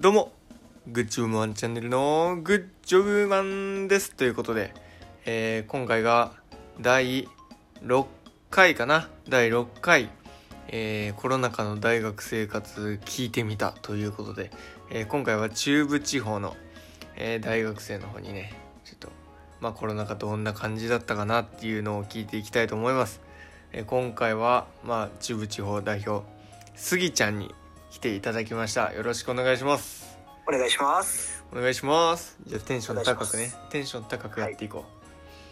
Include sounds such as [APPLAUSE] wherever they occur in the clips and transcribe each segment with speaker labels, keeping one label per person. Speaker 1: どうも、グッジョブマンチャンネルのグッジョブマンです。ということで、えー今回が第6回かな第6回、えーコロナ禍の大学生活聞いてみたということで、えー今回は中部地方の、えー大学生の方にね、ちょっと、まあコロナ禍どんな感じだったかなっていうのを聞いていきたいと思います。えー今回は、まあ中部地方代表、スギちゃんに来ていただきました。よろしくお願いします。
Speaker 2: お願いします。
Speaker 1: お願いしますじゃあテンション高く
Speaker 2: お願い
Speaker 1: ね
Speaker 2: し
Speaker 1: テンション高くやっていこ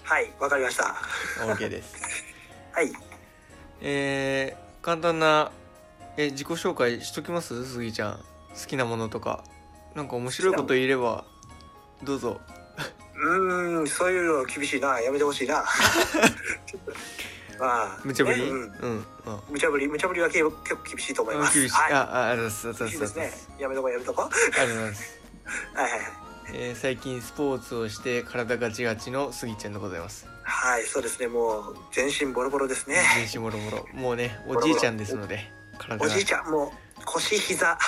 Speaker 2: はい、わかりました。
Speaker 1: う、OK
Speaker 2: [LAUGHS]
Speaker 1: です
Speaker 2: はい、
Speaker 1: えー、簡単なえ自己紹介しときますスギちゃん好きなものとかなんか面白いこといればどうぞ
Speaker 2: うーん、そういうの厳しいな、やめてほしいな。 [LAUGHS] まあ、
Speaker 1: 無茶ぶり、
Speaker 2: ね
Speaker 1: う
Speaker 2: うん
Speaker 1: ん、あ
Speaker 2: 無茶ぶり、無茶ぶりはけ結構厳しいと思いま
Speaker 1: あ
Speaker 2: す。
Speaker 1: 厳しい、
Speaker 2: はい、
Speaker 1: ああありがとうござ
Speaker 2: 厳
Speaker 1: い
Speaker 2: しい
Speaker 1: ま
Speaker 2: ですすね。やめとこうやめとこう。
Speaker 1: ありがとうございます、
Speaker 2: はいはい
Speaker 1: えー、最近スポーツをして体ガチガチのスギちゃんでございます
Speaker 2: はい、そうですね。もう全身ボロボロですね。
Speaker 1: 全身もろもろもうねおじいちゃんですので体
Speaker 2: お
Speaker 1: が
Speaker 2: じいちゃんもう腰膝、 [LAUGHS] あ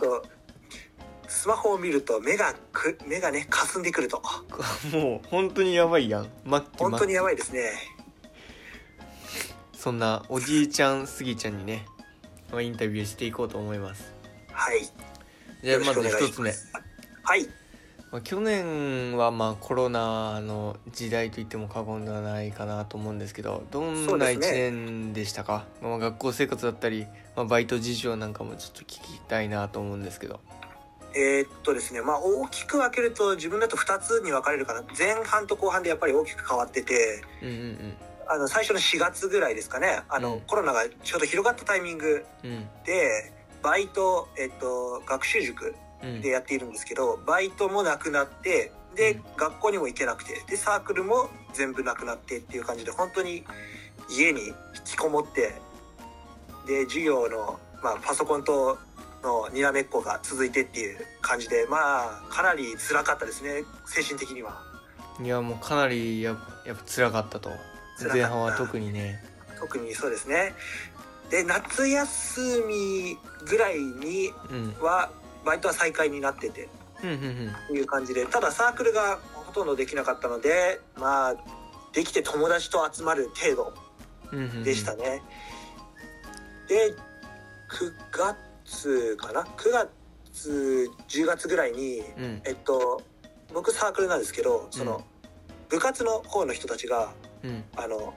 Speaker 2: とスマホを見ると目がく目がね霞んでくると
Speaker 1: もう本当にやばいやん末期末
Speaker 2: 本
Speaker 1: 期
Speaker 2: 当にやばいですね。
Speaker 1: そんなおじいちゃんすぎちゃんにねまあインタビューしていこうと思います
Speaker 2: はい。
Speaker 1: じゃあまず
Speaker 2: よろしくお願
Speaker 1: 一
Speaker 2: いし
Speaker 1: つ目
Speaker 2: ま、す。はい。
Speaker 1: まあ、去年はまあコロナの時代と言っても過言ではないかなと思うんですけどどん
Speaker 2: そう
Speaker 1: な
Speaker 2: です
Speaker 1: 1
Speaker 2: ね
Speaker 1: 年でしたか、まあ、学校生活だったり、まあ、バイト事情なんかもちょっと聞きたいなと思うんですけど
Speaker 2: えーっとですね、まあ、大きく分けると自分だと2つに分かれるかな前半と後半でやっぱり大きく変わってて
Speaker 1: うんうん
Speaker 2: あの最初の4月ぐらいですかねあの、
Speaker 1: うん
Speaker 2: コロナがちょうど広がったタイミング
Speaker 1: うんうん
Speaker 2: でバイト、えっと、学習塾
Speaker 1: うん
Speaker 2: でやっているんですけどバイトもなくなってで、
Speaker 1: うん
Speaker 2: 学校にも行けなくてでサークルも全部なくなってっていう感じで本当に家に引きこもってで授業の、まあ、パソコンとのにらめっこが続いてっていう感じでまあかなり辛かったですね精神的には。
Speaker 1: いやもうかなりややっぱ辛かったと
Speaker 2: 辛かった
Speaker 1: 前半は特にね
Speaker 2: 特にそうですねで夏休みぐらいに
Speaker 1: うん
Speaker 2: はバイトは再開になってて
Speaker 1: うんうんうん
Speaker 2: という感じでただサークルがほとんどできなかったのでまあできて友達と集まる程度
Speaker 1: うんうんうん
Speaker 2: でしたね、で9月かな9月10月ぐらいに
Speaker 1: うん
Speaker 2: えっと僕サークルなんですけどその、
Speaker 1: うん
Speaker 2: 部活の方の人たちが
Speaker 1: うん
Speaker 2: あの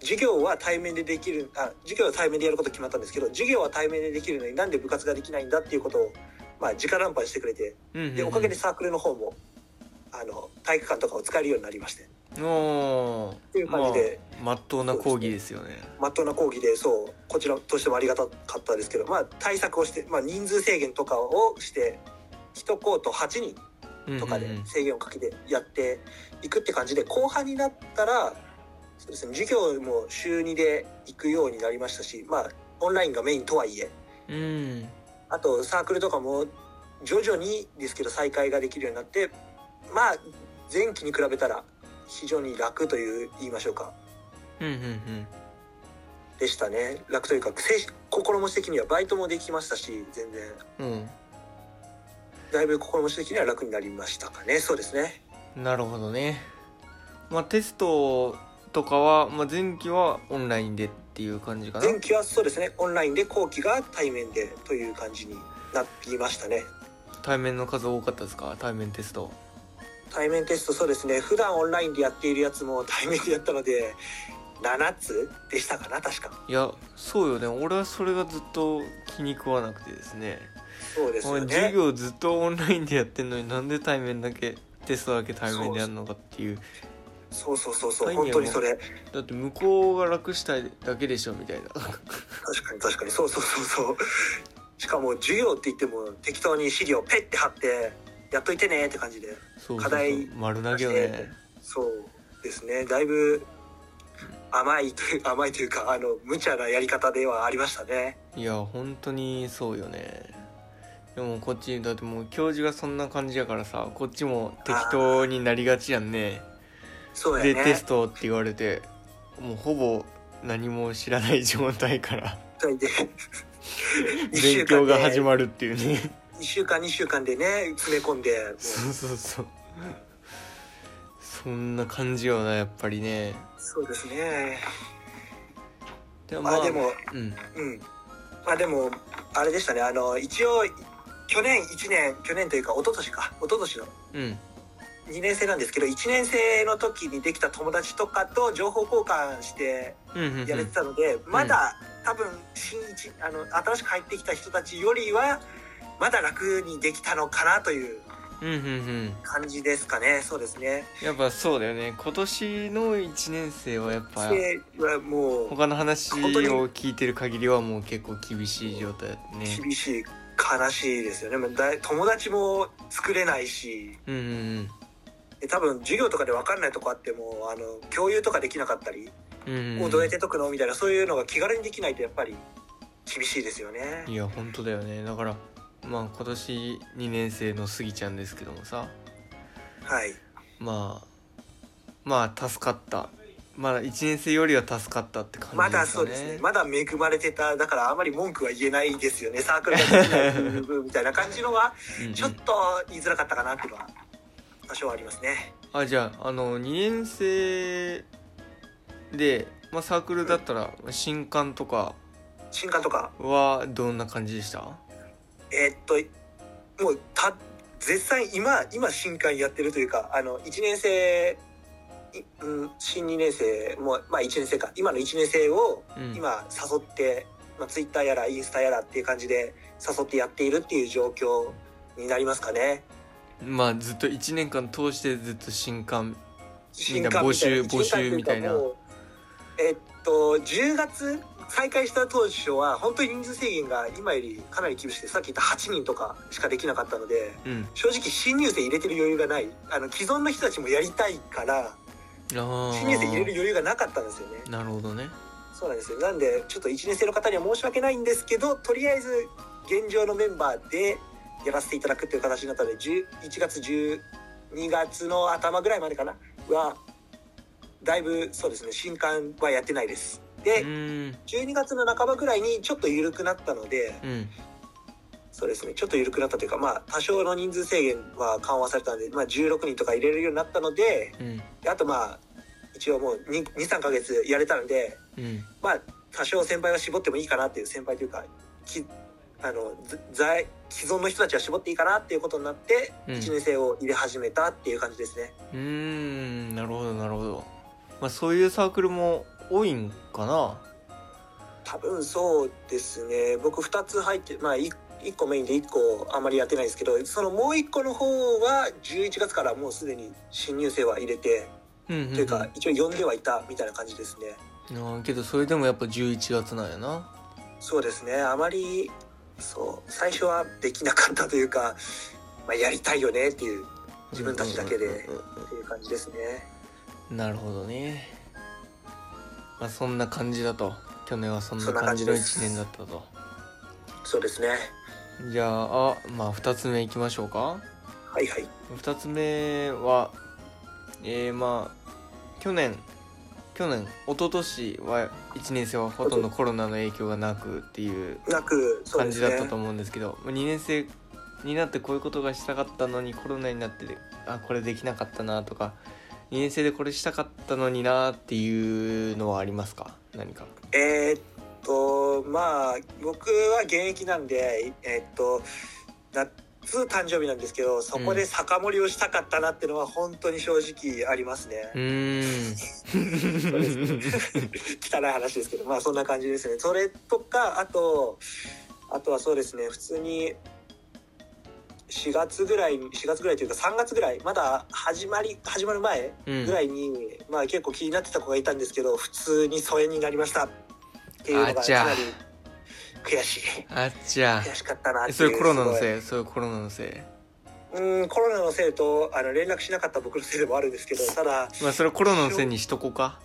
Speaker 2: 授業は対面でできるあ授業は対面でやること決まったんですけど授業は対面でできるのになんで部活ができないんだっていうことをまあ直談判してくれて
Speaker 1: うんうん
Speaker 2: で
Speaker 1: うん
Speaker 2: おかげでサークルの方もあの体育館とかを使えるようになりまして
Speaker 1: おー
Speaker 2: ていう感じで
Speaker 1: まあ、真っ当な講義ですよね
Speaker 2: まっとうな講義でそうこちらとしてもありがたかったですけど、まあ、対策をして、まあ、人数制限とかをして1コート8人とかで
Speaker 1: うんうんうん
Speaker 2: 制限をかけてやっていくって感じで後半になったらそうです、ね、授業も週2で行くようになりましたし、まあ、オンラインがメインとはいえ
Speaker 1: うん
Speaker 2: あとサークルとかも徐々にですけど再開ができるようになってまあ前期に比べたら非常に楽という言いましょうか
Speaker 1: うんうん
Speaker 2: でしたね楽というか精神心持ち的にはバイトもできましたし全然
Speaker 1: うん
Speaker 2: だいぶ心持ち的には楽になりましたかねそうですね
Speaker 1: うんなるほどねまあテストとかは、まあ、前期はオンラインでっていう感じかな
Speaker 2: 前期はそうですねオンラインで後期が対面でという感じになっていましたね
Speaker 1: 対面の数多かったですか対面テスト
Speaker 2: 対面テストそうですね普段オンラインでやっているやつも対面でやったので7つでしたかな確か
Speaker 1: いやそうよね俺はそれがずっと気に食わなくてですね
Speaker 2: そうです
Speaker 1: お
Speaker 2: よ
Speaker 1: 前
Speaker 2: ね
Speaker 1: 授業ずっとオンラインでやってんのになんで対面だけテストだけ対面でやるのかっていう
Speaker 2: そうそうそうそ
Speaker 1: は
Speaker 2: う
Speaker 1: い
Speaker 2: 本当にそれ
Speaker 1: だって向こうが楽したいだけでしょみたいな
Speaker 2: 確かに確かにそうそうそうそうしかも授業って言っても適当に資料ペッて貼ってやっといてねって感じで
Speaker 1: そうそうそう
Speaker 2: 課題
Speaker 1: 丸投げよね
Speaker 2: そうですねだいぶ甘いという甘いというかあの無茶なやり方ではありましたね
Speaker 1: いや本当にそうよねでもこっちだってもう教授がそんな感じやからさこっちも適当になりがちやんね
Speaker 2: そうや
Speaker 1: で
Speaker 2: ね
Speaker 1: テストって言 [LAUGHS] われてもうほぼ何も知らない状態から
Speaker 2: で [LAUGHS]
Speaker 1: 勉
Speaker 2: 一週間
Speaker 1: 強
Speaker 2: で
Speaker 1: が始まるっていうね
Speaker 2: 1週間2週間でね詰め込んでもう
Speaker 1: そうそうそうそんな感じよなやっぱりね
Speaker 2: そうですね
Speaker 1: でも
Speaker 2: まあでも
Speaker 1: うん
Speaker 2: うんまあでもあれでしたねあの一応去年1年去年というか一昨年か一昨年の
Speaker 1: うん
Speaker 2: 2年生なんですけど1年生の時にできた友達とかと情報交換して
Speaker 1: うんうんうん
Speaker 2: やれてたので、まだ多分新一あの新しく入ってきた人たちよりはまだ楽にできたのかなという
Speaker 1: うんうんうん
Speaker 2: 感じですかねそうですね。
Speaker 1: やっぱそうだよね今年の1年生はやっぱ
Speaker 2: ではもう
Speaker 1: 他の話
Speaker 2: 本当に
Speaker 1: を聞いてる限りはもう結構厳しい状態だったね
Speaker 2: 厳しい悲しいですよねもうだい友達も作れないし
Speaker 1: うんうんうん
Speaker 2: で多分授業とかで分かんないとこあってもあの共有とかできなかったり、
Speaker 1: うん
Speaker 2: もうどうやって解くのみたいなそういうのが気軽にできないとやっぱり厳しいですよね
Speaker 1: い。や本当だよねだからまあ今年2年生のスギちゃんですけどもさ
Speaker 2: はい
Speaker 1: まあまあ助かったまだ1年生よりは助かったって感じですかね
Speaker 2: まだそうですねまだ恵まれてただからあまり文句は言えないですよねサークルができない部分みたいな感じのは
Speaker 1: うんうん
Speaker 2: ちょっと言いづらかったかなっていうのは多少はありますね
Speaker 1: あじゃああの2年生で、まあ、サークルだったら新刊とか
Speaker 2: 新刊とか
Speaker 1: はどんな感じでした
Speaker 2: えーっともうた絶賛今今新刊やってるというかあの1年生いうん新2年生もうまあ1年生か今の1年生を
Speaker 1: うん
Speaker 2: 今誘って、まあ、ツイッターやらインスタやらっていう感じで誘ってやっているっていう状況になりますかね
Speaker 1: まあずっと1年間通してずっと新刊みん
Speaker 2: 新
Speaker 1: な
Speaker 2: 刊
Speaker 1: 募集
Speaker 2: 新刊
Speaker 1: 募集みたいな
Speaker 2: とうかもうえーっと10月再開した当初は本当に人数制限が今よりかなり厳しくてさっき言った8人とかしかできなかったので、
Speaker 1: うん
Speaker 2: 正直新入生入れてる余裕がないあの既存の人たちもやりたいから
Speaker 1: ああ
Speaker 2: 新入生入れる余裕がなかったんですよね
Speaker 1: なるほどね
Speaker 2: そうなんですよなんでちょっと1年生の方には申し訳ないんですけどとりあえず現状のメンバーでやらせていただくっていう形になったので10 1月12月の頭ぐらいまでかなはだいぶそうですね新刊はやってないです
Speaker 1: う
Speaker 2: で
Speaker 1: ーん
Speaker 2: 12月の半ばぐらいにちょっと緩くなったので
Speaker 1: うん
Speaker 2: そうですねちょっと緩くなったというか、まあ、多少の人数制限は緩和されたので、まあ、16人とか入れるようになったので
Speaker 1: うん
Speaker 2: であとまあ一応もう23ヶ月やれたので、
Speaker 1: うん
Speaker 2: まあ、多少先輩は絞ってもいいかなっていう先輩というかきあのず在既存の人たちは絞っていいかなっていうことになって
Speaker 1: うん
Speaker 2: 1年生を入れ始めたっていう感じですね。
Speaker 1: うーんなるほどなるほど、まあ、そういうサークルも多いんかな
Speaker 2: 多分そうですね僕2つ入ってまあ 1, 個メインで1個あんまりやってないんですけどそのもう1個の方は11月からもうすでに新入生は入れて。
Speaker 1: うんうん、うん、
Speaker 2: というか一応呼んではいたみたいな感じですね
Speaker 1: あーけどそれでもやっぱ11月なんやな
Speaker 2: そうですねあまりそう最初はできなかったというか、まあ、やりたいよねっていう自分たちだけで
Speaker 1: うんうんうん
Speaker 2: っていう感じですね
Speaker 1: うんなるほどねまあそんな感じだと去年はそんな
Speaker 2: そんな
Speaker 1: 感
Speaker 2: 感
Speaker 1: じ
Speaker 2: じ
Speaker 1: の
Speaker 2: です
Speaker 1: 1年だったと
Speaker 2: そうですね
Speaker 1: じゃああまあ2つ目いきましょうか
Speaker 2: はいはい
Speaker 1: 2つ目はえー、まあ去年去年一昨年は1年生はほとんどコロナの影響がなくっていう
Speaker 2: なくそう
Speaker 1: 感
Speaker 2: で
Speaker 1: じ
Speaker 2: す
Speaker 1: だっ
Speaker 2: ね
Speaker 1: たと思うんですけど2年生になってこういうことがしたかったのにコロナになってあこれできなかったなとか2年生でこれしたかったのになっていうのはありますか何か
Speaker 2: えーっとまあ僕は現役なんでえーっと夏誕生日なんですけどそこで酒盛りをしたかったなっていうのは本当に正直ありますね、
Speaker 1: うーん
Speaker 2: そうですね汚い話ですけどまあそんな感じですねそれとかあとあとはそうですね普通に4月ぐらいに4月ぐらいというか3月ぐらいまだ始まり始まる前
Speaker 1: うん
Speaker 2: ぐらいに、まあ結構気になってた子がいたんですけど普通に疎遠になりましたっていうの
Speaker 1: あ
Speaker 2: が
Speaker 1: ちゃ
Speaker 2: かなり悔しい
Speaker 1: [LAUGHS] あっちゃ
Speaker 2: 悔しかったなっていう
Speaker 1: それコロナの
Speaker 2: すごい
Speaker 1: せいそれコロナのせ
Speaker 2: うんコロナのせいとあの連絡しなかった僕のせいでもあるんですけどただ
Speaker 1: いまあそれコロナのせいにしとこうか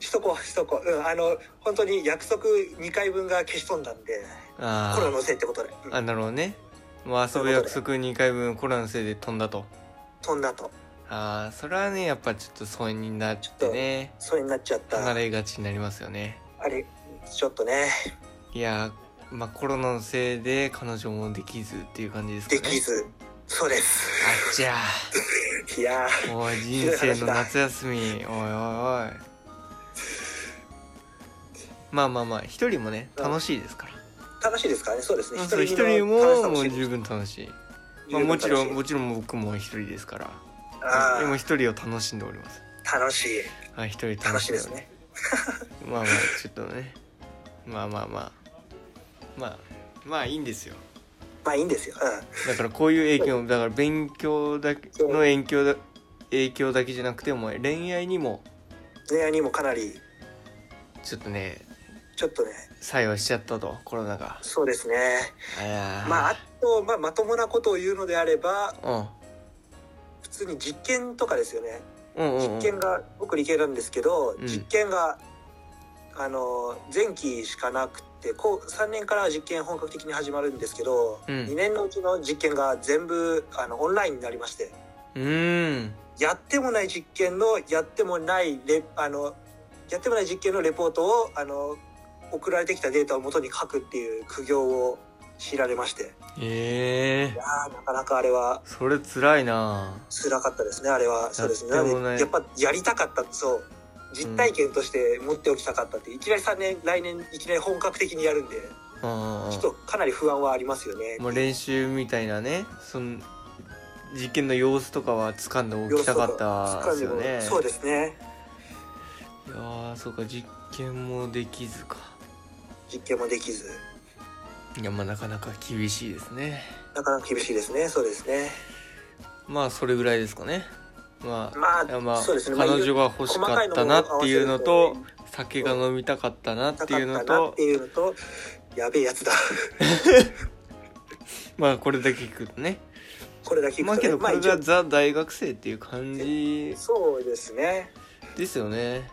Speaker 2: しとこうしとこう、うん、あの本当に約束2回分が消し飛んだんで
Speaker 1: あ
Speaker 2: コロナのせいってことで、うん
Speaker 1: ああなるほどねもう遊ぶ約束2回分コロナのせいで飛んだと
Speaker 2: 飛んだと
Speaker 1: ああそれはねやっぱちょっと疎遠になってね
Speaker 2: それになっちゃった
Speaker 1: 離れがちになりますよね
Speaker 2: あれちょっとね
Speaker 1: いやまあ、コロナのせいで彼女もできずっていう感じですか
Speaker 2: で
Speaker 1: ね
Speaker 2: きずそうです
Speaker 1: あっちゃ
Speaker 2: [LAUGHS] いやー
Speaker 1: ーおい人生の夏休みおいおいおいまあまあまあ一人もね楽しいですから
Speaker 2: 楽しいですからねそうですね
Speaker 1: まあそう一人
Speaker 2: の楽し
Speaker 1: も
Speaker 2: さ
Speaker 1: もう
Speaker 2: 知る
Speaker 1: 十分楽しい、
Speaker 2: 十
Speaker 1: まあ、
Speaker 2: 分
Speaker 1: もちろ
Speaker 2: 楽
Speaker 1: ん
Speaker 2: しい
Speaker 1: もちろん僕も一人ですから
Speaker 2: あ
Speaker 1: でも
Speaker 2: ー
Speaker 1: 一人を楽しんでおります
Speaker 2: 楽しい
Speaker 1: はい一人
Speaker 2: 楽
Speaker 1: 楽
Speaker 2: し
Speaker 1: しん
Speaker 2: いで
Speaker 1: ですす
Speaker 2: ね
Speaker 1: ねまあまあちょっとねまあまあまあまあまあいいんですよ
Speaker 2: まあいいんですよう
Speaker 1: だからこういう影響だから勉強だけの影響だ影響だけじゃなくてもう恋愛にも
Speaker 2: ん恋愛にもかなり
Speaker 1: ちょっとね
Speaker 2: ちょっとね
Speaker 1: 作用しちゃったとコロナが
Speaker 2: そうですね
Speaker 1: あらー
Speaker 2: まああと、まあ、まともなことを言うのであれば普通に実験とかですよね
Speaker 1: うんうんうんうん
Speaker 2: 実験が僕理系なんですけど、
Speaker 1: うん
Speaker 2: 実験があの前期しかなくてこう3年から実験本格的に始まるんですけど、
Speaker 1: うん
Speaker 2: 2年のうちの実験が全部あのオンラインになりまして
Speaker 1: うーん
Speaker 2: やってもない実験のやってもないレあのやってもない実験のレポートをあの送られてきたデータを元に書くっていう苦行を強いられまして
Speaker 1: ええ
Speaker 2: あーなかなかあれは
Speaker 1: それ辛いな
Speaker 2: 辛かったですねあれはそうです
Speaker 1: や
Speaker 2: ねな
Speaker 1: っても
Speaker 2: の
Speaker 1: ない
Speaker 2: でやっぱやりたかったそう実体験として持っておきたかったって、いきなり3年来年いきなり本格的にやるんで
Speaker 1: あ
Speaker 2: ちょっとかなり不安はありますよね
Speaker 1: もう練習みたいなねその実験の様子とかは掴んでおきたかったですよね
Speaker 2: そうですね
Speaker 1: いやーそうか実験もできずか
Speaker 2: 実験もできず
Speaker 1: いやまあなかなか厳しいですね
Speaker 2: なかなか厳しいですねそうですね
Speaker 1: まあそれぐらいですかねまあ
Speaker 2: まあ
Speaker 1: いやまあ
Speaker 2: そうですねまあ
Speaker 1: 彼女が欲しかったなっていうのと酒が飲みたかったなっていうの
Speaker 2: なかったなっ
Speaker 1: と
Speaker 2: ていうのとやべえやつだ [LAUGHS]
Speaker 1: まあこれだけ聞くとね
Speaker 2: これだけ聞くとね
Speaker 1: まあけどこれ
Speaker 2: まあ
Speaker 1: が
Speaker 2: 一
Speaker 1: ザ大学生っていう感じ
Speaker 2: 応そうですね
Speaker 1: ですよね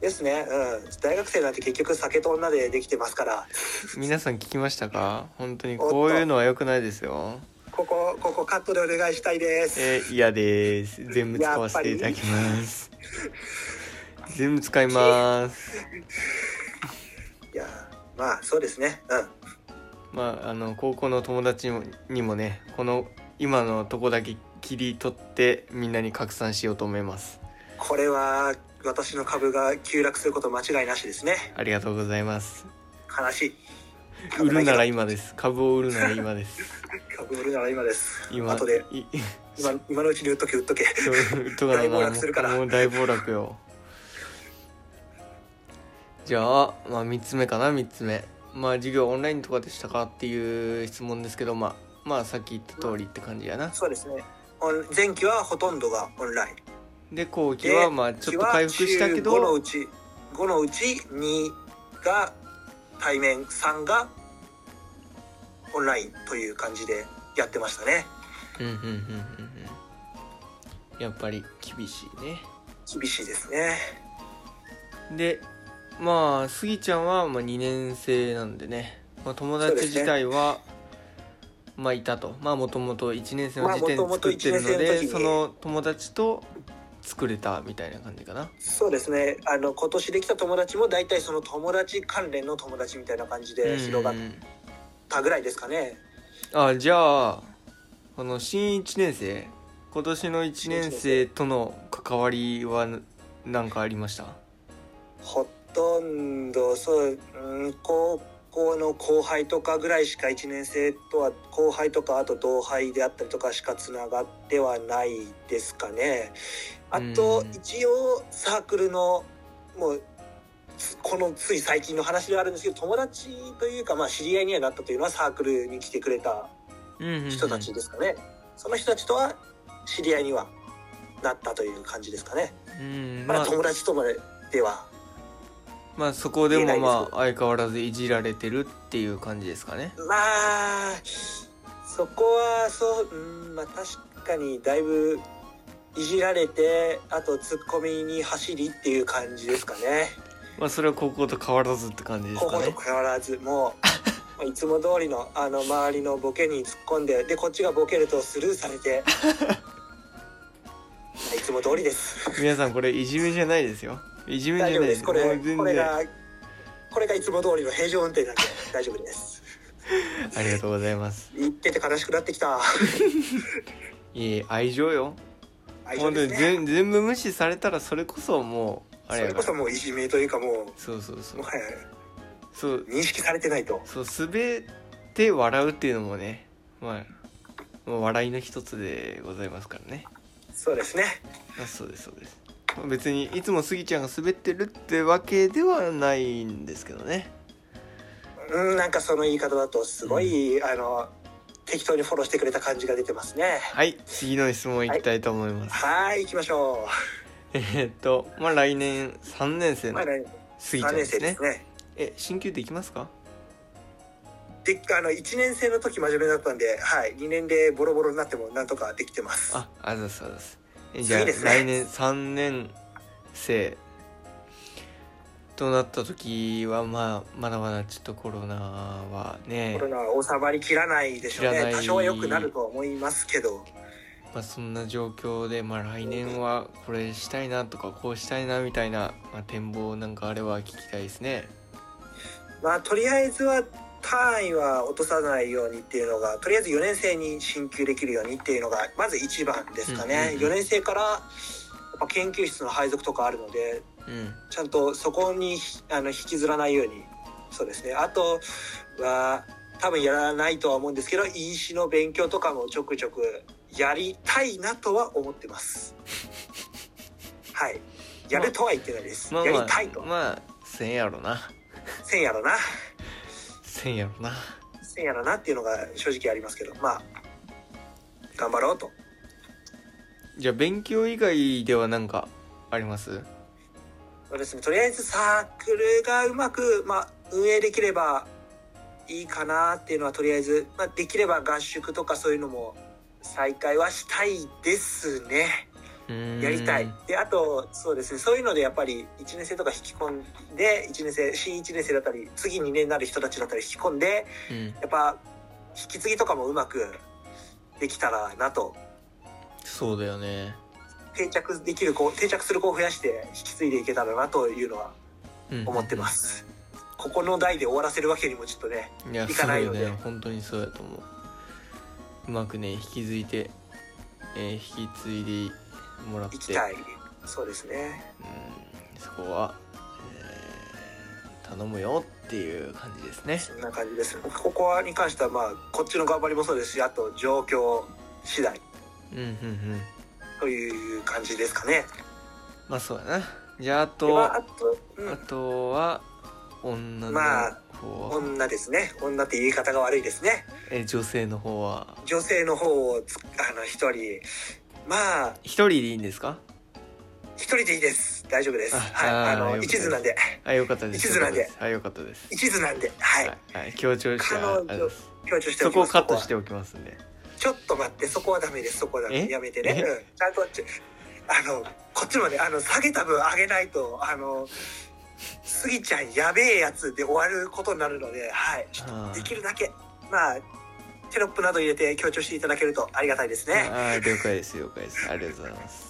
Speaker 2: ですねうん大学生なんて結局酒と女でできてますから
Speaker 1: 皆さん聞きましたか本当にこういうのは良くないですよ
Speaker 2: ここここカットでお願いしたいです、
Speaker 1: えー、嫌です全部使わせていただきます全部使います
Speaker 2: いやーまあそうですねう
Speaker 1: まああの高校の友達にもにもねこの今のとこだけ切り取ってみんなに拡散しようと思います
Speaker 2: んこれは私の株が急落すること間違いなしですね
Speaker 1: ありがとうございます
Speaker 2: 悲しい
Speaker 1: 売るなら
Speaker 2: 今
Speaker 1: 今です株を売るなら今です
Speaker 2: [LAUGHS] 株売るなら今です
Speaker 1: 今
Speaker 2: 後で
Speaker 1: い
Speaker 2: 今今のうちに売っとけ売っとけ
Speaker 1: そう売っとかな
Speaker 2: 大暴落するから
Speaker 1: もうもう大暴落よじゃあまあ3つ目かな3つ目まあ授業オンラインとかでしたかっていう質問ですけどまあまあさっき言った通りって感じやな
Speaker 2: そうですねオン前期はほとんどがオンライン
Speaker 1: で後期はまあちょっと回復したけ
Speaker 2: 5の
Speaker 1: ど
Speaker 2: うち5のうち2が対面3がオンラインという感じでやってましたね
Speaker 1: うんうんうんうんうんやっぱり厳しいね
Speaker 2: 厳しいですね
Speaker 1: でまあスギちゃんはまあ2年生なんでね、まあ、友
Speaker 2: そうで
Speaker 1: 達
Speaker 2: すね
Speaker 1: 自体は、まあいたとまあもともと1年生の
Speaker 2: まあ
Speaker 1: 時点で
Speaker 2: 元々
Speaker 1: 作ってるの
Speaker 2: 一年生の時
Speaker 1: で
Speaker 2: に
Speaker 1: その友達と作れたみたいな感じかな
Speaker 2: そうですねあの今年できた友達も大体その友達関連の友達みたいな感じで広がっ
Speaker 1: うん
Speaker 2: たぐらいですかね、
Speaker 1: あじゃあこの新1年生今年の1年生との関わりは何かありました
Speaker 2: ほとんどそう、うん、高校の後輩とかぐらいしか1年生とは後輩とかあと同輩であったりとかしかつながってはないですかねあと
Speaker 1: うん
Speaker 2: 一応サークルのもうつこのつい最近の話ではあるんですけど友達というか、まあ、知り合いにはなったというのはサークルに来てくれた人たちですかね、その人たちとは知り合いにはなったという感じですかね、
Speaker 1: うんま
Speaker 2: まだ
Speaker 1: あ、
Speaker 2: 友達とまででは
Speaker 1: まあそこで
Speaker 2: 言えな
Speaker 1: も
Speaker 2: いです
Speaker 1: まあ相変わらずいじられてるっていう感じですかね
Speaker 2: まあそこはそううんまあ確かにだいぶいじられてあとツッコミに走りっていう感じですかね
Speaker 1: まあそれは高校と変わらずって感じです
Speaker 2: こ
Speaker 1: か
Speaker 2: こ
Speaker 1: ね
Speaker 2: と変わらず
Speaker 1: [LAUGHS]
Speaker 2: もうまあいつも通りのあの周りのボケに突っ込んででこっちがボケるとスルーさ
Speaker 1: [LAUGHS]
Speaker 2: れてまあいつも通りです
Speaker 1: 皆さんこれいじめじゃないですよいじめじゃ
Speaker 2: 大
Speaker 1: な
Speaker 2: 丈
Speaker 1: い
Speaker 2: 夫ですこれ
Speaker 1: もう全
Speaker 2: これ
Speaker 1: 然
Speaker 2: がこれがいつも通りの平常運転なんで大丈夫です
Speaker 1: ありがとうございます
Speaker 2: 言ってて悲しくなってきた
Speaker 1: いい愛情よ
Speaker 2: 愛
Speaker 1: ほ
Speaker 2: 情
Speaker 1: ん
Speaker 2: で
Speaker 1: とに
Speaker 2: すね
Speaker 1: 全全部無視されたらそれこそもうあ
Speaker 2: そ
Speaker 1: れや
Speaker 2: れ
Speaker 1: か
Speaker 2: こ
Speaker 1: ら
Speaker 2: そもういじめというかも
Speaker 1: そうそうそうう
Speaker 2: もはや
Speaker 1: そう
Speaker 2: 認識されてないと
Speaker 1: そう滑って笑うっていうのもねまあもう笑いの一つでございますからね
Speaker 2: そうですね
Speaker 1: あそうですそうですまあ別にいつもスギちゃんが滑ってるってわけではないんですけどね
Speaker 2: うんなんかその言い方だとすごい、あの適当にフォローしてくれた感じが出てますね
Speaker 1: はい次の質問いきたいと思います、
Speaker 2: はい行きましょ
Speaker 1: えーっとまあ来年3年生
Speaker 2: う、
Speaker 1: の
Speaker 2: まあ、来
Speaker 1: スギちゃ
Speaker 2: 3
Speaker 1: んで
Speaker 2: 年
Speaker 1: す
Speaker 2: 生
Speaker 1: ね
Speaker 2: ですね
Speaker 1: え進級できますか
Speaker 2: であの1年生の時真面目だったんで、はい、2年でボロボロになってもなんとかできてます
Speaker 1: ああざすあざすえじゃあ
Speaker 2: いいですね
Speaker 1: 来年3年生となった時はまあまだまだちょっとコロナはね
Speaker 2: コロナは収まりきらないでしょう
Speaker 1: 切らな
Speaker 2: ね
Speaker 1: い
Speaker 2: 多少は良くなるとは思いますけど
Speaker 1: まあ、そんな状況で、まあ、来年はこれしたいなとかこうしたいなみたいな、まあ、展望なんかあれば聞きたいですね。
Speaker 2: まあとりあえずは単位は落とさないようにっていうのがとりあえず4年生に進級できるようにっていうのがまず一番です
Speaker 1: うん
Speaker 2: か
Speaker 1: うん
Speaker 2: ね、
Speaker 1: うん
Speaker 2: 4年生からやっぱ研究室の配属とかあるので
Speaker 1: うん、
Speaker 2: ちゃんとそこにひあの引きずらないようにそうですねあとは多分やらないとは思うんですけど飲酒の勉強とかもちょくちょくやりたいなとは思ってますはいやるとは言ってないです、
Speaker 1: まあ
Speaker 2: や
Speaker 1: ま
Speaker 2: りたい
Speaker 1: あ
Speaker 2: と、
Speaker 1: まあせんやろな
Speaker 2: せんやろな
Speaker 1: せんやろな
Speaker 2: せんやろなっていうのが正直ありますけどまあ頑張ろうと
Speaker 1: じゃあ勉強以外では何かあります
Speaker 2: そうですねとりあえずサークルがうまく、まあ、運営できればいいかなっていうのはとりあえず、まあ、できれば合宿とかそういうのも再開はしたいですね
Speaker 1: うーん
Speaker 2: やりたいであとそうですねそういうのでやっぱり1年生とか引き込んで1年生新1年生だったり次2年になる人たちだったり引き込んで
Speaker 1: うん、
Speaker 2: やっぱ引き継ぎとかもうまくできたらなと
Speaker 1: そうだよね、
Speaker 2: 定着できる子定着する子を増やして引き継いでいけたらなというのは思ってますす。ここの代で終わらせるわけにもちょっとね、
Speaker 1: うん、いや
Speaker 2: い
Speaker 1: そ
Speaker 2: か
Speaker 1: う
Speaker 2: な
Speaker 1: だ
Speaker 2: い
Speaker 1: よ
Speaker 2: ので
Speaker 1: ね本当にそうやと思ううまくね引き継いで、えー引き継いでもらって
Speaker 2: 行きたい。そうですね。
Speaker 1: うんそこは、えー頼むよっていう感じですね
Speaker 2: そんな感じです。ここに関しては、まあ、こっちの頑張りもそうですし、あと状況次第
Speaker 1: うんうんうん
Speaker 2: という感じですかね。
Speaker 1: まあそうやなじゃああ
Speaker 2: で
Speaker 1: と
Speaker 2: は、あ
Speaker 1: あ
Speaker 2: と、うん、
Speaker 1: とは女の方
Speaker 2: まあ
Speaker 1: は、
Speaker 2: 女ですね。女って言い方が悪いですね。
Speaker 1: え女性の方は
Speaker 2: 女性の方をつ、あの、一人、まあ、
Speaker 1: 一人でいいんですか
Speaker 2: 一人でいいです。大丈夫です。
Speaker 1: あ
Speaker 2: はい。
Speaker 1: あー
Speaker 2: あ
Speaker 1: よか
Speaker 2: の、
Speaker 1: った
Speaker 2: 一途なんで、
Speaker 1: あよかったです
Speaker 2: 一途なんで
Speaker 1: あよかったです
Speaker 2: 一途なんで、はい。
Speaker 1: はい、はい、強調して
Speaker 2: 彼
Speaker 1: あ
Speaker 2: 女
Speaker 1: あれです
Speaker 2: 強調してお
Speaker 1: そ
Speaker 2: き
Speaker 1: こ
Speaker 2: ま
Speaker 1: を
Speaker 2: す。
Speaker 1: カットしておきますんで
Speaker 2: ちょっと待ってそこはダメですそこはダメ
Speaker 1: え
Speaker 2: やめてね、
Speaker 1: え
Speaker 2: うん、ちゃんとちあのこっちまであの下げた分上げないとあのスギちゃんやべえやつで終わることになるのではいちょっ
Speaker 1: あ
Speaker 2: と
Speaker 1: ー
Speaker 2: できるだけまあテロップなど入れて強調していただけるとありがたいですね
Speaker 1: ああ了解です了解ですありがとうございます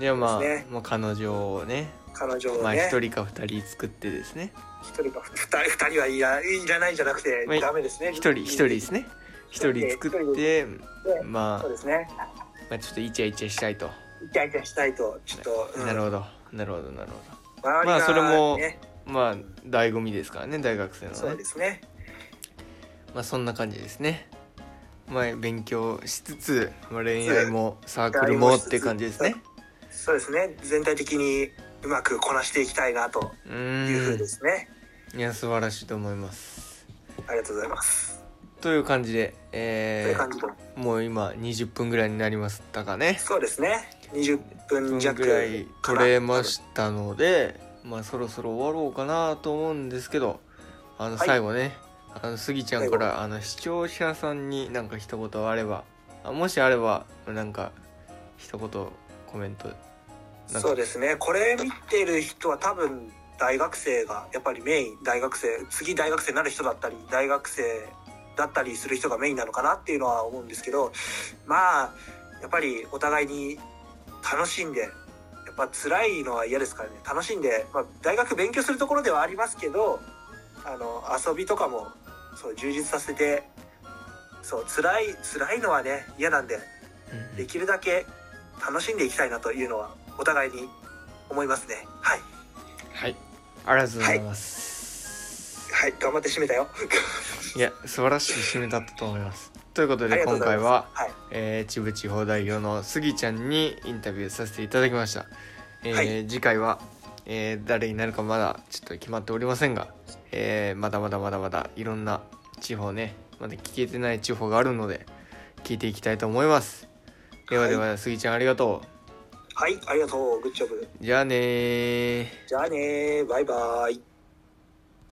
Speaker 1: じゃあまあ、
Speaker 2: そうですね
Speaker 1: まあ彼女をね
Speaker 2: 彼女を
Speaker 1: まあ
Speaker 2: ね
Speaker 1: 一人
Speaker 2: 一、
Speaker 1: か二人作ってですね
Speaker 2: 人か二人二人はいらいらないんじゃなくて
Speaker 1: まあ
Speaker 2: ダメですね
Speaker 1: 一人一人ですね一人作ってま
Speaker 2: そうですね
Speaker 1: あまあちょっとイチャイチャしたいと、
Speaker 2: イチャイチャしたいとちょっと、うん
Speaker 1: なるほどなるほどなるほ
Speaker 2: 周り
Speaker 1: まあ
Speaker 2: が
Speaker 1: それも
Speaker 2: ね
Speaker 1: どまあ醍醐味ですからね大学生の
Speaker 2: そう
Speaker 1: ね
Speaker 2: ですね
Speaker 1: まあそんな感じですねまあ勉強しつつ、まあ、恋愛もサークルもって感じですね
Speaker 2: そうですね全体的にうまくこなしていきたいなと
Speaker 1: う
Speaker 2: いうふうで
Speaker 1: ー
Speaker 2: すね、
Speaker 1: んいや素晴らしいと思います
Speaker 2: ありがとうございます、
Speaker 1: という感じで、
Speaker 2: とい
Speaker 1: え
Speaker 2: う感じで
Speaker 1: ー、もう今20分ぐらいになりましたかね
Speaker 2: そうですね20分
Speaker 1: 分
Speaker 2: 弱
Speaker 1: ぐらい
Speaker 2: かな
Speaker 1: 取れましたのでまあそろそろ終わろうかなと思うんですけどあの
Speaker 2: はい
Speaker 1: 最後ね、あのスギちゃんからあの視聴者さんになんか一言あればあもしあればなんか一言コメントなんか
Speaker 2: そうですねこれ見てる人は多分大学生がやっぱりメイン大学生次大学生になる人だったり大学生だったりする人がメインなのかなっていうのは思うんですけどまあやっぱりお互いに楽しんでやっぱ辛いのは嫌ですからね楽しんで、まあ、大学勉強するところではありますけどあの遊びとかもそう充実させてそう辛い辛いのはね嫌なんで
Speaker 1: うん
Speaker 2: できるだけ楽しんでいきたいなというのはお互いに思いますねはい
Speaker 1: はいありがとうございます、
Speaker 2: はい頑張って締めたよ
Speaker 1: い、や素晴らしい締めだったと思いますということ
Speaker 2: あり
Speaker 1: で
Speaker 2: がとう
Speaker 1: 今
Speaker 2: ござい
Speaker 1: 回
Speaker 2: ま
Speaker 1: は
Speaker 2: すはい
Speaker 1: えー、秩父地方代表のスギちゃんにインタビューさせていただきました、えー
Speaker 2: はい
Speaker 1: 次回は、えー誰になるかまだちょっと決まっておりませんが、えーまだまだまだまだいろんな地方ねまだ聞けてない地方があるので聞いていきたいと思いますではでは、スギちゃんありがと
Speaker 2: はいありがとうグッジョブ
Speaker 1: うじゃあねー
Speaker 2: じゃあねバイバイ